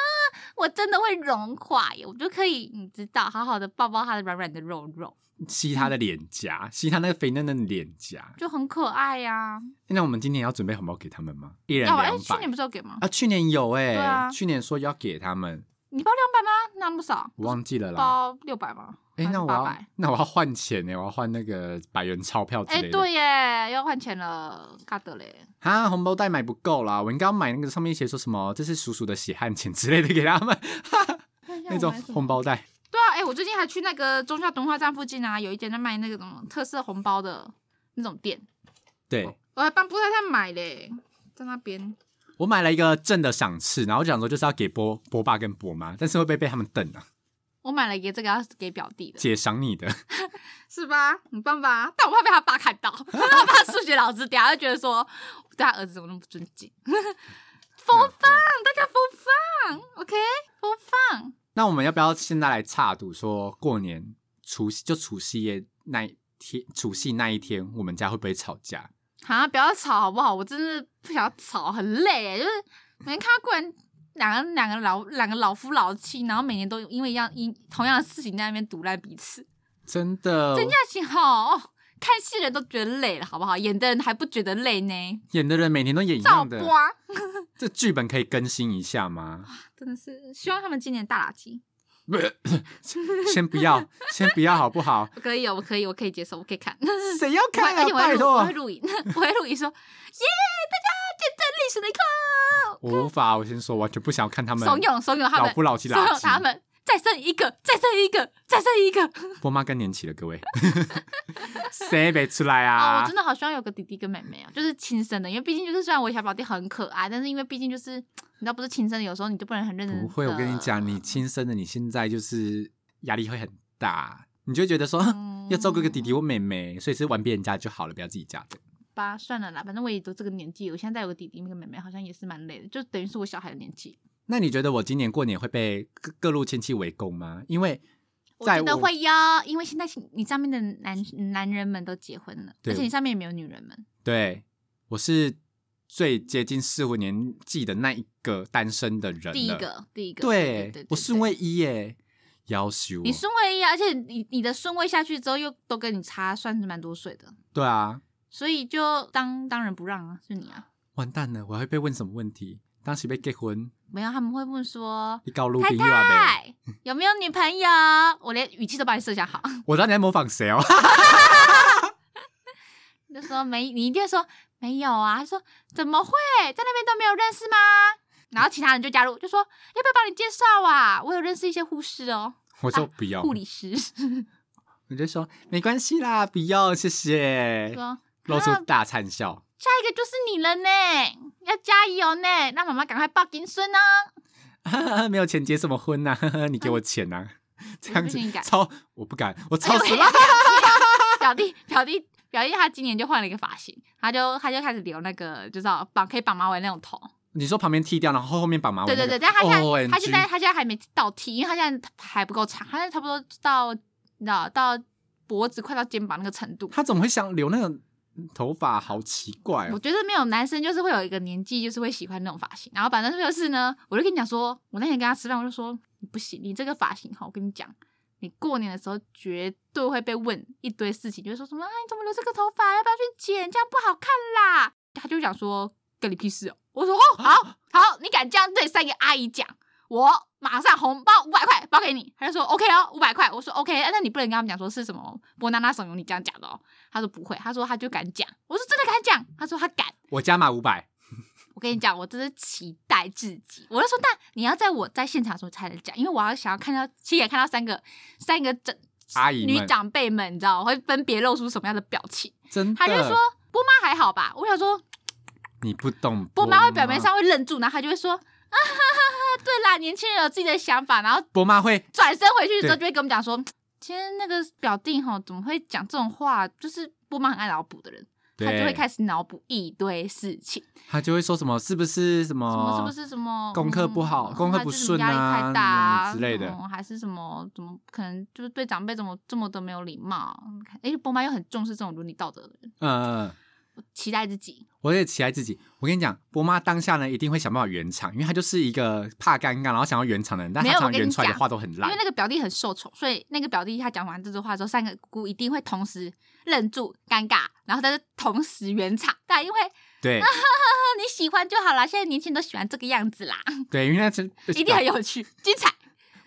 A: 我真的会融化耶，我就可以，你知道，好好的抱抱他的软软的肉肉，
B: 吸他的脸颊，吸他那个肥嫩嫩的脸颊。
A: 就很可爱呀、
B: 那我们今年要准备红包给他们吗？一人
A: 要吧？哎、
B: 两
A: 去
B: 百
A: 年不是有给吗？
B: 啊？去年有哎、
A: 对啊
B: 去年说要给他们，
A: 你包两百吗？那么少，
B: 我忘记了啦。
A: 包六百吗？
B: 哎、
A: 还是
B: 那我要
A: 800
B: 那我要换钱呢、我要换那个百元钞票之
A: 哎、
B: 类的。
A: 对耶，要换钱了，尬的嘞。
B: 啊，红包袋买不够啦，我应该要买那个上面写说什么这是叔叔的血汗钱之类的给他们那种红包袋。
A: 对啊，哎、我最近还去那个中校文化站附近啊，有一间在卖那个什么特色红包的那种店，
B: 对
A: 我还帮布袋太买嘞，在那边。
B: 我买了一个正的赏赐，然后讲说就是要给波波爸跟波妈，但是会被被他们瞪啊，
A: 我买了一个这个要给表弟的，
B: 姐赏你的。
A: 是吧？很棒吧？但我怕被他爸 看到，他怕数学老师等下就觉得说我对他儿子怎么那么不尊敬。 for fun，大家 for fun，OK，for fun。
B: 那我们要不要现在来插赌说，过年除夕就除夕夜那一天，除夕那一天，我们家会不会吵架？
A: 啊，不要吵好不好？我真的不想吵，很累欸耶。就是每天看到过年两个两个老两个老夫老妻，然后每年都因为一样因同样的事情在那边毒烂彼此，
B: 真的，
A: 真的行好、 哦。看戏人都觉得累了，好不好？演的人还不觉得累呢，
B: 演的人每天都演一
A: 照
B: 样的，
A: 瓜
B: 这剧本可以更新一下吗？
A: 真的是希望他们今年大垃圾。
B: 不是，先不要，先不要好不好？
A: 我可以哦，我可以，我可以接受，我可以 看。
B: 谁要
A: 我
B: 看
A: 而
B: 啊？
A: 且我会
B: 拜
A: 录，我
B: 托
A: 会，录影， 我会录影说，耶，大家见证历史的一刻，
B: 我无法，我先说，完全不想看他们
A: 怂恿怂恿他
B: 老
A: 们，
B: 夫老妻
A: 怂
B: 垃
A: 恿
B: 圾。
A: 他们，再生一个，再生一个，再生一个。
B: 波妈更年期了，各位， 谁没出来
A: 哦，
B: 啊
A: 我真？的好希望有个弟弟跟妹妹啊，就是亲生的，因为毕竟就是虽然我小表弟很可爱，但是因为毕竟就是你知道不是亲生的，有时候你就不能很认真。
B: 不会，我跟你讲，
A: 呃
B: 你亲生的，你现在就是压力会很大，你就会觉得说、
A: 嗯
B: 要照顾一个弟弟或妹妹，所以是玩别人家就好了，不要自己家的。
A: 吧，算了啦，反正我也都这个年纪了，我现在有个弟弟跟妹妹，好像也是蛮累的，就等于是我小孩的年纪。
B: 那你觉得我今年过年会被各各路亲戚围攻吗？因为
A: 我
B: 在
A: 觉得会哟，因为现在你上面的男男人们都结婚了，
B: 对
A: 而且你上面也没有女人们。
B: 对我是最接近适婚年纪的那一个单身的人了，
A: 第一个，第一个，对
B: 对
A: 对，
B: 我
A: 对
B: 顺位一耶，要求哦
A: 你顺位一啊，而且你你的顺位下去之后，又都跟你差，算是蛮多岁的，
B: 对啊，
A: 所以就当当仁不让啊，是你啊，
B: 完蛋了，我还会被问什么问题？当时被结婚，
A: 没有他们会问说，
B: 你搞路
A: 太
B: 边又啊
A: 太有没有女朋友？我连语气都帮你设想好，
B: 没？我知道你在模仿谁哦，
A: 就说没，你一定会说没有啊，他说怎么会，在那边都没有认识吗？然后其他人就加入，就说要不要帮你介绍啊？我有认识一些护士哦，
B: 我说不要，
A: 护理师
B: 我就说没关系啦，不要，谢谢，
A: 说
B: 露
A: 啊
B: 出大灿笑。
A: 下一个就是你了呢，要加油呢，让妈妈赶快抱金 孙啊！
B: 没有钱结什么婚呐、啊？你给
A: 嗯
B: 我钱呐、啊！这样子
A: 不行你敢
B: 超我不敢，我
A: 哎
B: 超
A: 我
B: 死
A: 也
B: 了。
A: 表弟表弟表弟他今年就换了一个发型，他就他就开始留那个就是绑可以绑马尾那种头，
B: 你说旁边剃掉，然后后面绑马尾
A: 对
B: 那
A: 对对，
B: 个、
A: 但他现在、
B: OMG
A: 他现在他现在还没到 T，因为他现在还不够长，他现在差不多到你知道到脖子快到肩膀那个程度。
B: 他怎么会想留那个头发？好奇怪
A: 我
B: 哦！
A: 觉得没有男生就是会有一个年纪，就是会喜欢那种发型。然后反正就是呢，我就跟你讲说，我那天跟他吃饭，我就说你不行，你这个发型哈，我跟你讲，你过年的时候绝对会被问一堆事情，就是说什么啊你怎么留这个头发，要不要去剪，这样不好看啦。他就讲说跟你屁事哦。我说哦，
B: 啊
A: 好好，你敢这样对三个阿姨讲，我马上红包五百块包给你。他就说 OK 哦，五百块。我说 OK，啊那你不能跟他们讲说是什么波娜娜怂恿你这样讲的哦。他说不会，他说他就敢讲。我说真的敢讲？他说他敢。
B: 我加码五百，
A: 我跟你讲，我真是期待至极。我就说，但你要在我在现场的时候才能讲，因为我要想要看到亲眼看到三个三个长
B: 阿姨们
A: 女长辈们，你知道我会分别露出什么样的表情。
B: 真的。
A: 他就说波妈还好吧？我想说
B: 你不懂
A: 波妈会表面上会愣住，然后他就会说啊哈哈哈，对啦，年轻人有自己的想法，然后
B: 波妈会
A: 转身回去之后
B: 对
A: 就会跟我们讲说，今天那个表弟吼怎么会讲这种话？就是波妈很爱脑补的人，他
B: 对
A: 就会开始脑补一堆事情，
B: 他就会说什么是不是什么
A: 什么是不是什么
B: 呃功课不好
A: 嗯
B: 功课
A: 还是
B: 不
A: 什么
B: 顺
A: 压力
B: 啊
A: 太大啊
B: 什么之类的
A: 嗯还是什么怎么可能就是对长辈怎么这么的没有礼貌？哎，波妈又很重视这种伦理道德的人，
B: 嗯嗯嗯
A: 我期待自己。
B: 我也期待自己。我跟你讲，波妈当下呢一定会想办法圆场，因为她就是一个怕尴尬，然后想要圆场的人，但她
A: 没有
B: 常
A: 我跟
B: 圆
A: 你
B: 出来的
A: 讲
B: 话都很
A: 因
B: 烂
A: 为。那个表弟很受宠，所以那个表弟他讲完这句话之后，三个姑姑一定会同时愣住、尴尬，然后但是同时圆场。但因为
B: 对
A: 那你喜欢就好啦，现在年轻人都喜欢这个样子啦，
B: 对，因为那真
A: 一定很有趣、精彩。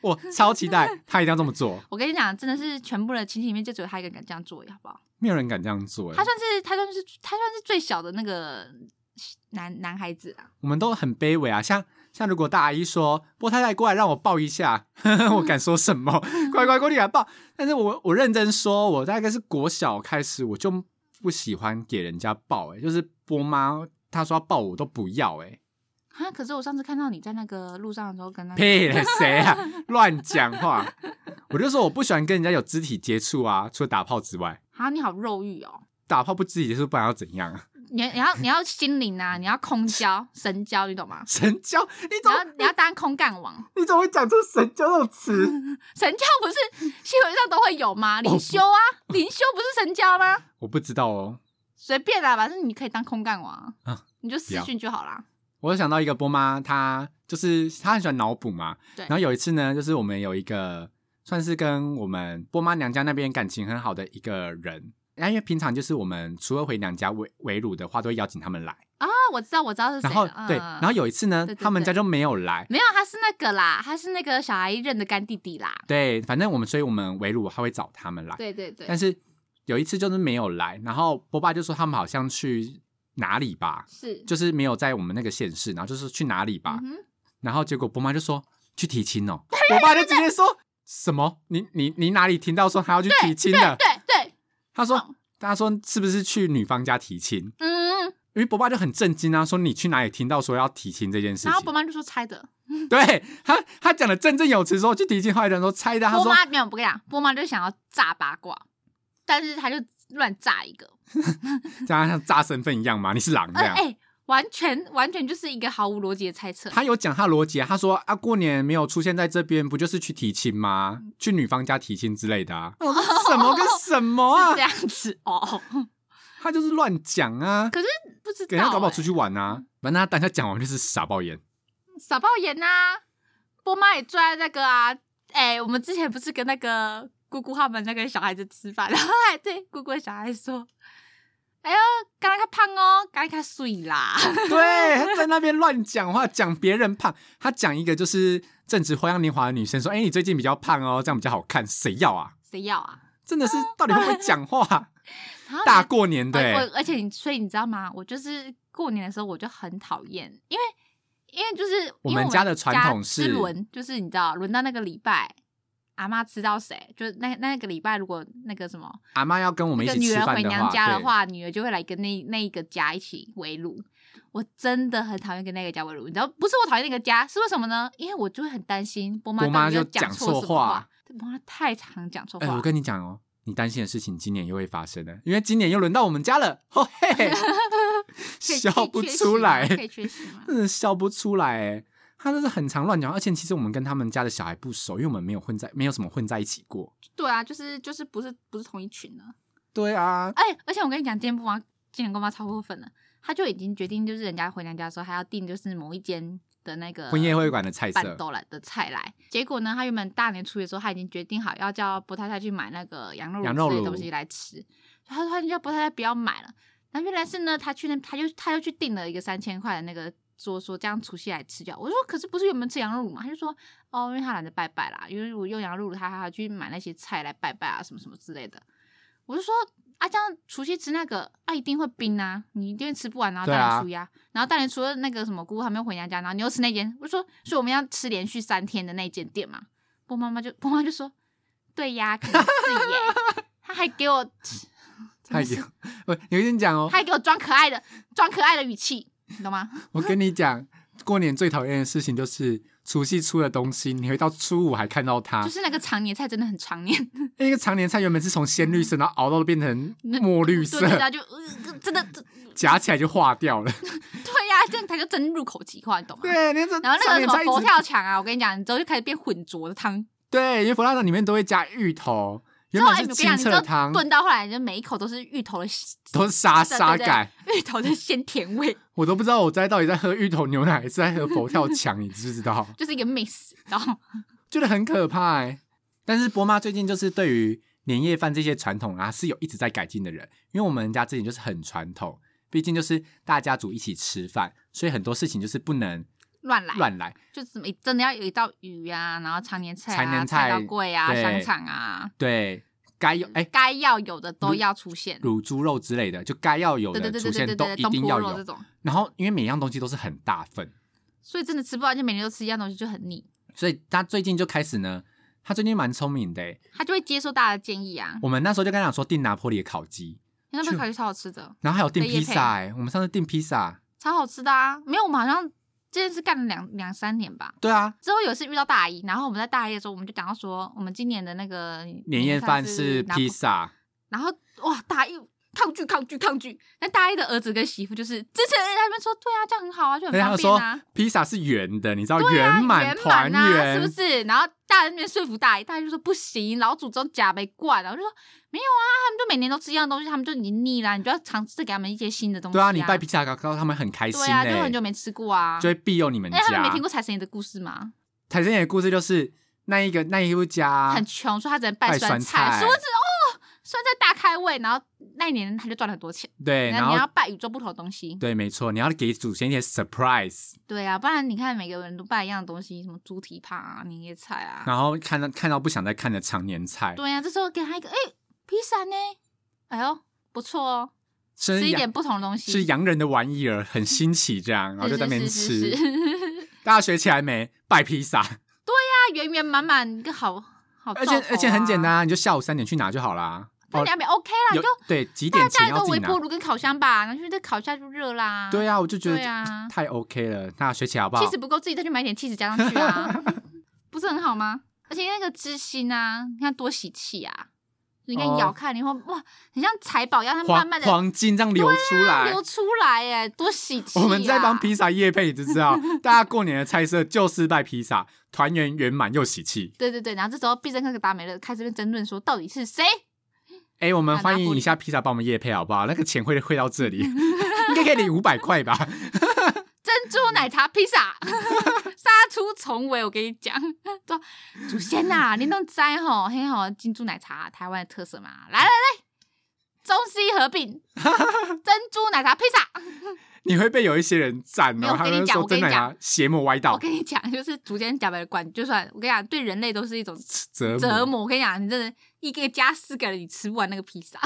B: 我超期待她一定要这么做，
A: 我跟你讲，真的是全部的亲戚里面，就只有他一个人敢这样做，好不好？
B: 没有人敢这样做。
A: 他
B: 哎
A: 算是他算是他算是最小的那个男男孩子啊，
B: 哎我们都很卑微啊，像像如果大阿姨说波太太过来让我抱一下， 呵呵我敢说 什么？乖乖过来抱。但是我我认真说，我大概是国小开始我就不喜欢给人家抱，哎，就是波妈她说要抱我都不要，哎。
A: 啊！可是我上次看到你在那个路上的时候， 跟他
B: 屁 嘞，谁啊？乱讲话！我就说我不喜欢跟人家有肢体接触啊，除了打炮之外，
A: 啊，你好肉欲哦，
B: 打炮不肢体接触，不然要怎样？
A: 你你要你要心灵啊，你要空交神交，你懂吗？
B: 神交，你
A: 你
B: 怎
A: 要
B: 么
A: 你要当空干王，
B: 你怎么会讲出神交这种词？
A: 神交不 是新闻上都会有吗？
B: 不
A: 灵修啊，灵修不是神交吗？
B: 我不知道哦。
A: 随便啦，反正你可以当空干王
B: 啊，
A: 你就私
B: 要
A: 讯就好啦。啊
B: 我想到一个波妈，她就是她很喜欢脑补嘛。
A: 对
B: 然后有一次呢，就是我们有一个算是跟我们波妈娘家那边感情很好的一个人，然后因为平常就是我们除了回娘家围围炉的话，都会邀请他们来。
A: 啊，我知道，我知道是谁
B: 然后
A: 了。嗯
B: 对，然后有一次呢
A: 对，对
B: 他们
A: 对
B: 家就没有来。
A: 没有，他是那个啦，他是那个小阿姨认的干弟弟啦。
B: 对，反正我们所以我们围炉还会找他们来。
A: 对对对，
B: 啊但是有一次就是没有来，然后波爸就说他们好像去哪里吧，
A: 是
B: 就是没有在我们那个县市，然后就是去哪里吧
A: 嗯，哼
B: 然后结果波妈就说去提亲哦，我爸就直接说什么？你你你哪里听到说他要去提亲 的？
A: 对对，
B: 他说
A: 哦
B: 他说是不是去女方家提亲？
A: 嗯，
B: 因为波爸就很震惊啊，说你去哪里听到说要提亲这件事
A: 然后伯
B: 情？
A: 妈就说猜的，
B: 对他他讲的振振有词，说去提亲，后来讲说猜的，他
A: 波
B: 说
A: 妈没有，我不跟你讲，波妈就想要炸八卦，但是她就乱炸一个，
B: 像像炸身份一样嘛，你是狼
A: 呃，
B: 这样
A: 哎、。完全完全就是一个毫无逻辑的猜 测。
B: 他有讲他逻辑啊，他说啊，过年没有出现在这边，不就是去提亲吗？
A: 嗯
B: 去女方家提亲之 类的啊。我说什么跟什么
A: 是这
B: 啊？
A: 样子哦，
B: 他就是乱讲啊，
A: 可是不知
B: 给
A: 道、
B: 人
A: 欸，
B: 家搞不好出去玩啊。反正他当下讲完就是傻 爆眼，
A: 傻爆眼呐、啊！波妈也坐在那个啊，哎、我们之前不是跟那个姑姑他们那个小孩子吃饭，然 后还对姑姑的小孩说：“哎呦，刚刚他胖哦，刚刚他水啦。
B: 对，他在那边乱讲话，讲别人胖，他讲一个就是正值花样年华的女生说，哎、你最近比较胖哦，这样比较好看，谁要啊？”
A: 谁要啊？
B: 真 的是到底会不会讲话、
A: 然后
B: 大过年的、
A: 我
B: 欸，
A: 我而且你所以你知道吗？我就是过年的时候我就很讨厌，因为因为就是
B: 我
A: 因
B: 们
A: 为
B: 家的传统是
A: 吃轮，就是你知道轮到那个礼拜。阿妈吃到谁，就是那那个礼拜，如果那个什么，
B: 阿妈要跟我们一
A: 那个
B: 起
A: 女
B: 吃
A: 儿
B: 饭
A: 回
B: 的
A: 娘
B: 话，
A: 家的
B: 对
A: 话，女儿就会来跟那那一个家一起围炉。我真的很讨厌跟那个家围炉，你知道不是我讨厌那个家，是为什么呢？因为我就会很担心波妈
B: 波妈
A: 到底有
B: 就讲
A: 错什
B: 错
A: 么
B: 话
A: 话，波妈太常讲错
B: 哎、
A: 话。
B: 我跟你讲哦，你担心的事情今年又会发生了，因为今年又轮到我们家了，吼 嘿，
A: 可以
B: 笑不出
A: 可
B: 来
A: 以，缺席吗？可以缺席吗
B: 真的笑不出来哎。他就是很常乱讲，而且其实我们跟他们家的小孩不熟，因为我们没有混在，没有什么混在一起过。
A: 对啊，就是就是不是不是同一群的。
B: 对啊，
A: 哎、而且我跟你讲，今天波妈今年波妈超过分了，她就已经决定，就是人家回娘家的时候，她要订就是某一间的那个
B: 婚宴会馆的菜
A: 拌
B: 色，
A: 豆来的菜来。结果呢，他原本大年初一的时候，他已经决定好要叫波太太去买那个羊肉
B: 羊
A: 炉
B: 肉
A: 之类
B: 炉
A: 的东西来吃，然后他就叫波太太不要买了。然后原来是呢，他去那他就他又去订了一个三千块的那个桌，说这样除夕来吃掉。我说可是不是原本吃羊肉炉嘛？他就说哦，因为他懒得拜拜啦，因为我用羊肉炉，他还要去买那些菜来拜拜啊，什么什么之类的。我就说啊，这样除夕吃那个啊，一定会冰啊，你一定会吃不完，然后
B: 对
A: 大
B: 啊
A: 年初一啊，然后大年初二那个什么姑姑还没有回娘家，然后你又吃那间，我就说，所以我们要吃连续三天的那间店嘛。波妈妈就波妈就说，对呀，可能是耶，他还给我，
B: 他有，我有跟你讲哦
A: 他，还给我装可爱的，装可爱的语气，你懂吗？
B: 我跟你讲，过年最讨厌的事情就是除夕出的东西，你会到初五还看到它
A: 就。是那个常年菜真的很常年，
B: 那个常年菜原本是从鲜绿色，然后熬到变成
A: 那
B: 墨绿
A: 对对
B: 色，
A: 对，就、呃、真的，这
B: 夹起来就化掉了。
A: 对呀、这样他就真入口即化，你懂吗？
B: 对，啊那这
A: 然后那
B: 常
A: 个什
B: 年
A: 么
B: 菜一
A: 佛
B: 直
A: 跳墙啊，我跟你讲，你之后就开始变混浊的汤，
B: 对，因为佛跳墙里面都会加芋头，
A: 之
B: 原
A: 后
B: 本
A: 哎，我
B: 是
A: 跟你讲，
B: 清
A: 你
B: 澈
A: 知
B: 的
A: 道
B: 汤，
A: 炖到后来，就每一口都是芋头的鲜
B: 都是沙
A: 对对
B: 沙
A: 对
B: 感，
A: 芋头的鲜甜味，
B: 我都不知道我在到底在喝芋头牛奶还是在喝佛跳墙，你知不知道？
A: 就是一个 mix。然后
B: 觉得很可怕哎、但是伯妈最近就是对于年夜饭这些传统啊，是有一直在改进的人，因为我们家之前就是很传统，毕竟就是大家族一起吃饭，所以很多事情就是不能
A: 乱来，
B: 乱来。
A: 就是什么真的要有一道鱼啊，然后常年菜
B: 常
A: 啊、
B: 年
A: 菜
B: 菜
A: 刀柜啊、
B: 对
A: 香肠啊，
B: 对，该有哎、
A: 该要有的都要出现。
B: 卤猪肉之类的，就该要有
A: 对对对
B: 的出
A: 对对
B: 现
A: 对
B: 都
A: 对，
B: 一
A: 东
B: 定要
A: 坡肉这
B: 有。
A: 种，
B: 然后因为每样东西都是很大份，
A: 所以真的吃不完，就每天都吃一样东西就很腻。
B: 所以他最近就开始呢，他最近蛮聪明的欸。
A: 他就会接受大家的建议啊，
B: 我们那时候就跟他讲说订拿破里的烤鸡，
A: 因为那
B: 去
A: 边烤鱼超好吃的，
B: 然后还有订
A: 可以
B: 披
A: 配
B: 萨、欸。我们上次订披萨，
A: 超好吃的啊！没有，我们好像这件事干了两两三年吧。
B: 对啊，
A: 之后有一次遇到大一，然后我们在大一的时候，我们就讲到说，我们今年的那个
B: 年夜饭
A: 是
B: 是
A: 拿
B: 披萨，
A: 然后哇，大一抗拒抗拒抗拒。那大一的儿子跟媳妇就是之前他们说对啊，这样很好啊，就很
B: 但
A: 方
B: 他
A: 便
B: 说
A: 啊，
B: 披萨是圆的，你知道
A: 对啊，
B: 满团
A: 圆满啊，是
B: 圆
A: 不是？然后大人那边说服大一，大一就说不行，老祖宗假没惯啊，我就说没有啊，他们就每年都吃一样东西，他们就已经腻啦，你就要尝试给他们一些新的东西、
B: 对
A: 啊，
B: 啊，你拜披萨糕糕，他们很开心
A: 对啊，就
B: 嘞，
A: 很久没吃过啊。
B: 就会庇佑你们
A: 哎，他们没
B: 家
A: 听。过财神爷的故事吗？
B: 台神演的故事就是那一个那一户家
A: 很穷，所以他只能拜
B: 拜
A: 酸
B: 啊酸
A: 菜。
B: 菜
A: 所以我只哦，酸菜大开胃，然后那一年他就赚了很多钱。
B: 对，
A: 然
B: 然
A: 后你要
B: 后
A: 拜与众不同的东西。
B: 对，没错，你要给祖先一些 surprise，
A: 对啊，不然你看每个人都拜一样的东西，什么猪蹄膀啊、年夜菜啊。
B: 然后看到看到不想再看的常年菜，
A: 对啊，这时候给他一个哎、披萨呢，哎呦不错哦，
B: 吃
A: 吃一
B: 洋
A: 点不同的东西。
B: 是洋人的玩意儿，很新奇这样，然后
A: 是
B: 就在那边
A: 是是是
B: 吃。
A: 是
B: 大家学起来没？拜 披萨，
A: 那圆圆满满一个好好、
B: 而且而且很简单，啊，你就下午三点去拿就好啦。
A: 哦
B: 哦
A: 那你还没 OK 啦，你
B: 有
A: 就
B: 对几
A: 大
B: 点
A: 家
B: 前
A: 一
B: 要啊
A: 个
B: 自己
A: 微
B: 拿
A: 波？炉跟烤箱吧，然后就再烤一下就热啦。
B: 对啊，我就觉得
A: 对啊
B: 太 OK 了，大家学起来好不好
A: 气？死不够，自己再去买点气死加上去 啊，不是很好吗？而且那个知心啊，你看多喜气啊！你看
B: 哦
A: 咬开，你会哇，很像财宝一样，它慢
B: 黄
A: 慢的
B: 黄金这样流出来
A: 流，出来，哎，多喜气、啊！
B: 我们在帮披萨业配，你知不知道？大家过年的菜色就是拜披萨，团圆圆满又喜气。
A: 对对对，然后这时候必胜客跟达美乐开始在争论说，到底是谁？
B: 哎、我们
A: 啊
B: 欢
A: 拿
B: 迎
A: 破
B: 一下披萨帮我们业配好不好？那个钱会汇到这 里，应该可以领五百块吧？
A: 珍珠奶茶披 萨，杀出重围！我跟你讲，说祖先呐、你都知吼，嘿吼，珍珠奶茶台湾的特色嘛，来来来，中西合 并，珍珠奶茶披萨。
B: 你会被有一些人赞
A: 没
B: 哦
A: 有，
B: 他
A: 我跟
B: 们
A: 你讲
B: 说
A: 我跟
B: 真
A: 你
B: 的
A: 讲
B: 呀，邪魔歪
A: 我
B: 道
A: 跟你讲， 就是祖先假白的管，就算我跟你讲，对人类都是一种
B: 折磨。
A: 折磨。我跟你讲，你真的一个家四个人，你吃不完那个披 萨，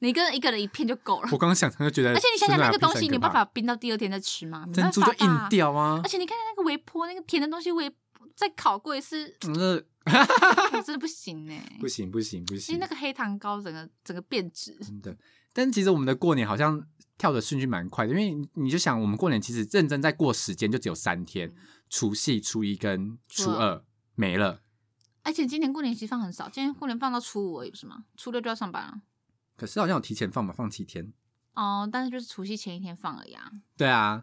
A: 你一个人一个人一片就够了
B: 我。刚刚想，就觉得，
A: 而且你想想，那个东西你有办
B: 办法，
A: 法冰到第二天再吃吗？没
B: 珍
A: 办
B: 珠
A: 法
B: 就
A: 吧
B: 硬。掉啊，
A: 而！且你看那个微波，那个甜的东西微再烤过一次
B: 嗯
A: 哎
B: 这
A: 我真的不行呢、
B: 不行不行不
A: 因为
B: 行
A: 那，个黑糖糕整个整个变质，
B: 真的。但其实我们的过年好像跳的顺序蛮快的，因为你你就想，我们过年其实认真在过时间就只有三
A: 嗯
B: 天，除夕、初一跟初
A: 啊
B: 二没了。
A: 而且今年过年其实放很少，今年过年放到初五而已，不是吗？初六就要上班了。
B: 可是好像有提前放嘛，放七天。
A: 哦，但是就是除夕前一天放而已啊。
B: 对啊，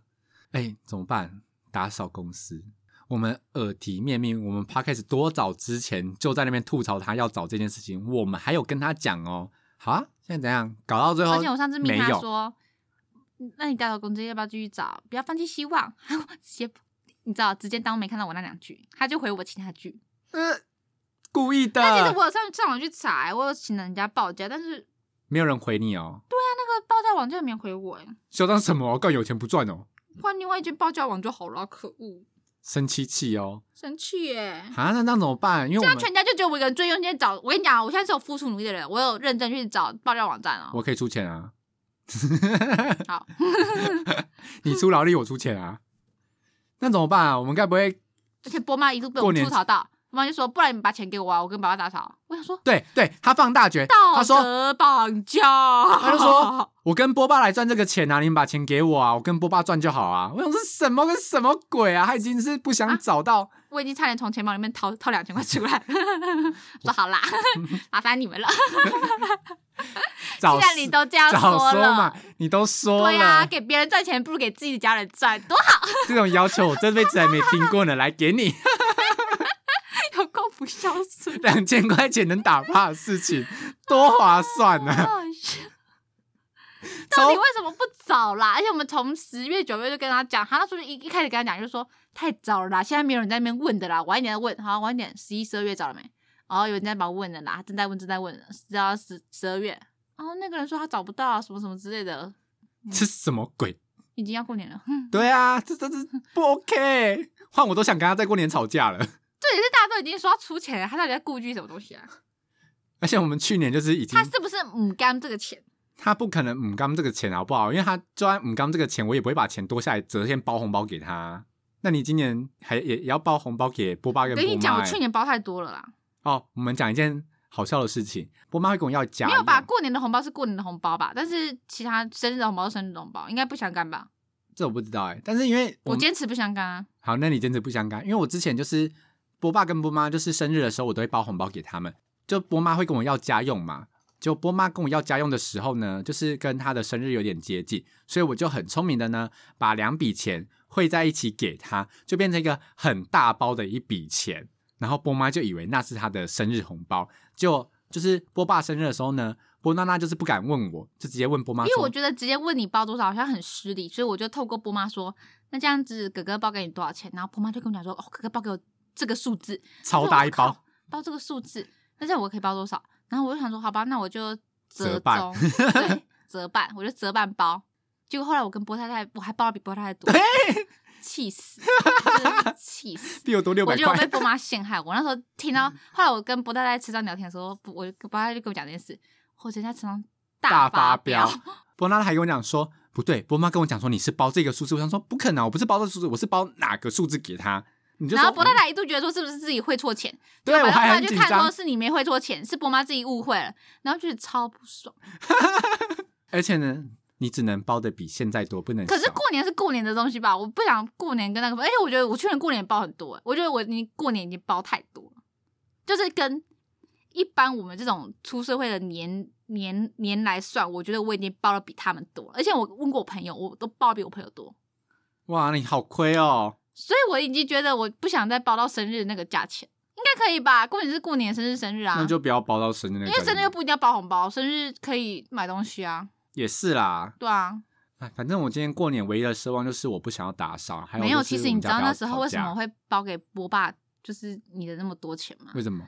B: 哎、怎么办？打扫公司，我们耳提面命，我们 p 开始多早之前就在那边吐槽他要找这件事情，我们还有跟他讲哦。好啊，现在怎样？搞到最后，
A: 而且我上次
B: 哦没
A: 命他
B: 有
A: 说，嗯那你打扫工资要不要继续找？不要放弃希望。 然后直接你知道，直接当没看到我那两句，他就回我其他句。
B: 呃，故意
A: 但其实
B: 的，
A: 我有上上网去查、我有请人家报价，但是
B: 没有人回你哦。
A: 那个报价网站没回我、欸，
B: 嚣张什么？更有钱不赚哦，
A: 换另外一间报价网就好了。可恶，
B: 生气气哦。
A: 生气耶、
B: 啊，那那怎么办？因
A: 这
B: 为我
A: 样
B: 们
A: 全家就只有我一个人最优先找。我跟你讲，我现在是有付出努力的人，我有认真去找报价网站哦。
B: 我可以出钱啊，
A: 好，
B: 你出劳力，我出钱啊。那怎么办啊？我们该不会
A: 而且波妈一度被我
B: 过
A: 们
B: 年
A: 吐槽到，波妈就说：“不然你们把钱给我啊，我跟爸爸打扫。”我想说，
B: 对对他放大绝？
A: 道
B: 他说
A: 德绑架。
B: 他就说：“我跟波爸来赚这个钱啊，你们把钱给我啊，我跟波爸赚就好啊。”我想这什么跟什么鬼啊？他已经是不想找到，
A: 我已经差点从钱包里面掏掏两千块出来， 说好 啦，麻烦你们了。
B: 早
A: 既然你都这样
B: 早
A: 了，
B: 嘛，你都说
A: 对啊
B: 了，
A: 呀、给别人赚钱不如给自己的家人赚，多好，
B: 这种要求我这辈子还没听过呢。来给你
A: 有够不孝顺。
B: 两千块钱能打发的事情，多划算 啊！
A: 好笑到
B: 超
A: 底为什么不早啦？而且我们从十月九月就跟他讲，他那时候就一一开始跟他讲，就说太早了啦，现在没有人在那边问的啦，晚一点再问，好，晚一点，十一、十二月找了没？哦，有人在帮我问的啦，正在问，正在问，直到十十二月，然后那个人说他找不到、啊，什么什么之类的，
B: 这什么鬼？
A: 已经要过年了。
B: 对啊，这这这不 OK。换我都想跟他在过年吵架了。
A: 重点是大家都已经说要出钱了，他到底在顾忌什么东西
B: 嗯
A: 啊？
B: 而且我们去年就是已经
A: 他是不是唔甘这个钱？
B: 他不可能五刚这个钱好不好？因为他就算五刚这个钱，我也不会把钱多下来折现包红包给他。那你今年还也也要包红包给波爸跟
A: 我
B: 波
A: 跟
B: 妈、欸？
A: 你讲，我去年包太多了啦，
B: 哦，我们讲一件好笑的事情，波妈会跟我要家
A: 没有吧？
B: 用，
A: 过年的红包是过年的红包吧，但是其他生日的红包是生日的红包，应该不相干吧？
B: 这我不知道哎、但是因为
A: 我
B: 我们
A: 坚持不相干啊。
B: 好，那你坚持不相干，因为我之前就是波爸跟波妈，就是生日的时候，我都会包红包给他们。就波妈会跟我要家用嘛，就波妈跟我要家用的时候呢，就是跟她的生日有点接近，所以我就很聪明的呢，把两笔钱汇在一起给她，就变成一个很大包的一笔钱。然后波妈就以为那是她的生日红包，就就是波爸生日的时候呢，波娜娜就是不敢问我，就直接问波妈
A: 因为
B: 说，
A: 我觉得直接问你包多少好像很失礼，所以我就透过波妈说，那这样子哥哥包给你多少钱？然后波妈就跟我讲说，哦，哥哥包给我这个数字，
B: 超大一
A: 我
B: 包
A: 靠，包这个数字，那这样我可以包多少？然后我就想说，好吧，那我就
B: 折
A: 折
B: 半
A: 中，对，折半，我就折半包。结果后来我跟波太太，我还包了比波太太多，气死，真的是气死。
B: 比我多 六
A: 我
B: 百
A: 觉得我被
B: 块，嗯
A: 波妈陷害。我那时候听到，后来我跟波太太吃饭聊天的时候，不我波太太就跟我讲这件事，我觉得在车上
B: 大发
A: 发
B: 飙。 波娜娜还跟我讲说，不对，波妈跟我讲说你是包这个数字，我想说不可能啊，我不是包这个数字，我是包哪个数字给她。你就
A: 然
B: 说嗯
A: 后波太太一度觉得说是不是自己汇错钱，
B: 对我
A: 然后后
B: 还
A: 来
B: 很
A: 就
B: 紧
A: 看
B: 张
A: 说，是你没汇错钱，是波妈自己误会了，然后觉得超不爽。
B: 而且呢，你只能包的比现在多，不能
A: 可是
B: 少
A: 过年是过年的东西吧，我不想过年跟那个，而且我觉得我去年过年包很多，欸我觉得我已经过年已经包太多了，就是跟一般我们这种出社会的年年年来算，我觉得我已经包了比他们多了，而且我问过我朋友，我都包比我朋友多，
B: 哇，你好亏哦。
A: 所以我已经觉得我不想再包到生日那个价钱，应该可以吧？过年是过年，生日生日啊，
B: 那就不要包到生日那个
A: 因
B: 地
A: 为
B: 方，
A: 生日又不一定要包红包，生日可以买东西啊，
B: 也是啦。
A: 对啊，
B: 哎，反正我今天过年唯一的奢望就是我不想要打扫，还有
A: 没
B: 就
A: 有。
B: 是
A: 其
B: 我
A: 实
B: 们
A: 你知
B: 家
A: 道
B: 不要
A: 那时候
B: 吵
A: 为什
B: 架
A: 么会包给波爸就是你的那么多钱吗？
B: 为什么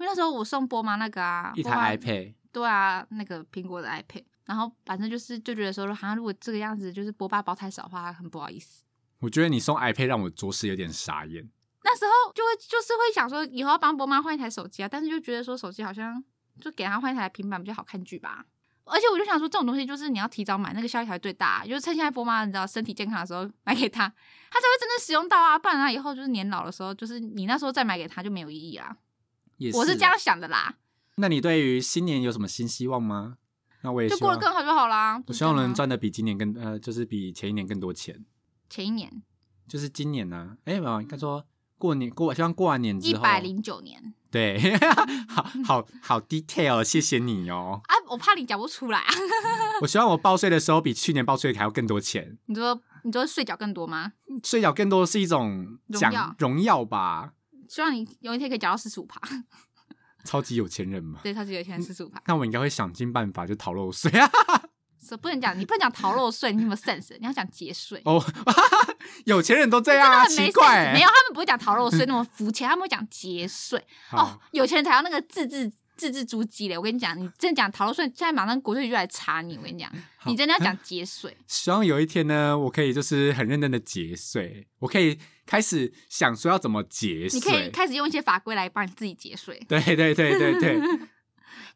A: 因为那时候我送波妈那个啊，
B: 一
A: 波妈
B: 台 iPad
A: 对啊，那个苹果的 iPad，然后反正就是就觉得说，好像如果这个样子就是波爸包太少的话，很不好意思。
B: 我觉得你送 iPad 让我着实有点傻眼。
A: 那时候就会就是会想说，以后要帮波妈换一台手机啊，但是就觉得说手机好像就给她换一台平板比较好看剧吧。而且我就想说，这种东西就是你要提早买，那个效益才会最大、啊就是趁现在波妈你知道身体健康的时候买给她，她才会真正使用到啊，不然她以后就是年老的时候，就是你那时候再买给她就没有意义啦。
B: 也
A: 我是
B: 啦
A: 这样想的啦，
B: 那你对于新年有什么新希望吗？那我也
A: 就
B: 希
A: 过
B: 望
A: 得更好就好啦。不
B: 我
A: 是
B: 希望
A: 这样
B: 能
A: 吗
B: 赚的比今年更呃，就是比前一年更多钱。
A: 前一年
B: 就是今年呢、啊，哎、没有，应该说过年过，希望过完年
A: 嗯一
B: 之后，
A: 百零九年
B: 对， 好好好 detail，谢谢你哦。
A: 啊，我怕你讲不出来啊。
B: 我希望我报税的时候比去年报税还要更多钱，
A: 你说你说睡觉更多吗？
B: 税缴更多是一种
A: 荣
B: 奖
A: 耀
B: 荣耀吧，
A: 希望你有一天可以讲到四十五趴，
B: 超级有钱人嘛。
A: 对，超级有钱四十五趴。
B: 那我应该会想尽办法就逃漏税 啊！
A: 所以不能讲，你不能讲逃漏税，你有没有 sense？你要讲节税。
B: 哦， 有钱人都这样
A: 真的
B: 啊，
A: 很没
B: 奇
A: sense，
B: 怪、欸。
A: 没有，他们不会讲逃漏 税那么肤浅，他们会讲节税。哦
B: 好，，
A: 有钱人才要那个自制自制猪鸡嘞！我跟你讲，你真的讲逃漏税，现在马上国税局就来查你。我跟你讲，
B: 好
A: 你真的要 讲节税。
B: 希望有一天呢，我可以就是很认真的节税，我可以开始想说要怎么节
A: 你可以
B: 税。
A: 开始用一些法规来帮你自己节税，
B: 对对对 对对，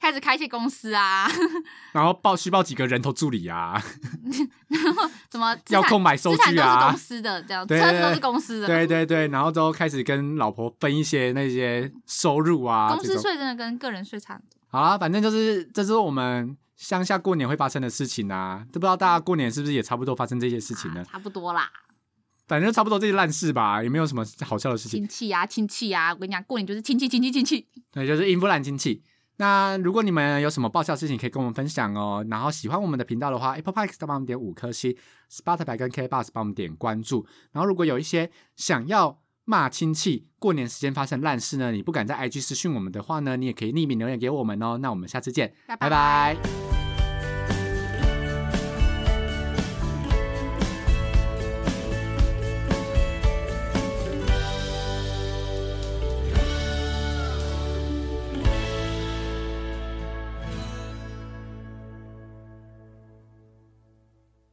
A: 开始开一些公司啊，
B: 然后报虚报几个人头助理啊，
A: 怎么资
B: 要
A: 产
B: 购买收
A: 资产
B: 据
A: 都是
B: 啊
A: 公，司的，这样
B: 对
A: 车子都是公司的，
B: 对对对，然后之后开始跟老婆分一些那些收入啊，
A: 公
B: 这
A: 司
B: 种。
A: 税真的跟个人税差很多。
B: 好啦，反正就是这是我们乡下过年会发生的事情啊，都不知道大家过年是不是也差不多发生这些事情呢
A: 啊？差不多啦，
B: 反正就差不多这些烂事吧，也没有什么好笑的事情。
A: 亲戚啊，亲戚啊，我跟你讲，过年就是亲戚，亲戚，亲戚。
B: 对，就是英布兰亲戚。那如果你们有什么爆笑的事情，可以跟我们分享哦。然后喜欢我们的频道的话，Apple Podcast 帮我们点五颗星，Spotify 跟 K Bus 帮我们点关注。然后如果有一些想要骂亲戚，过年时间发生烂事呢，你不敢在 IG 私讯我们的话呢，你也可以匿名留言给我们哦。那我们下次见，
A: 拜拜
B: 拜拜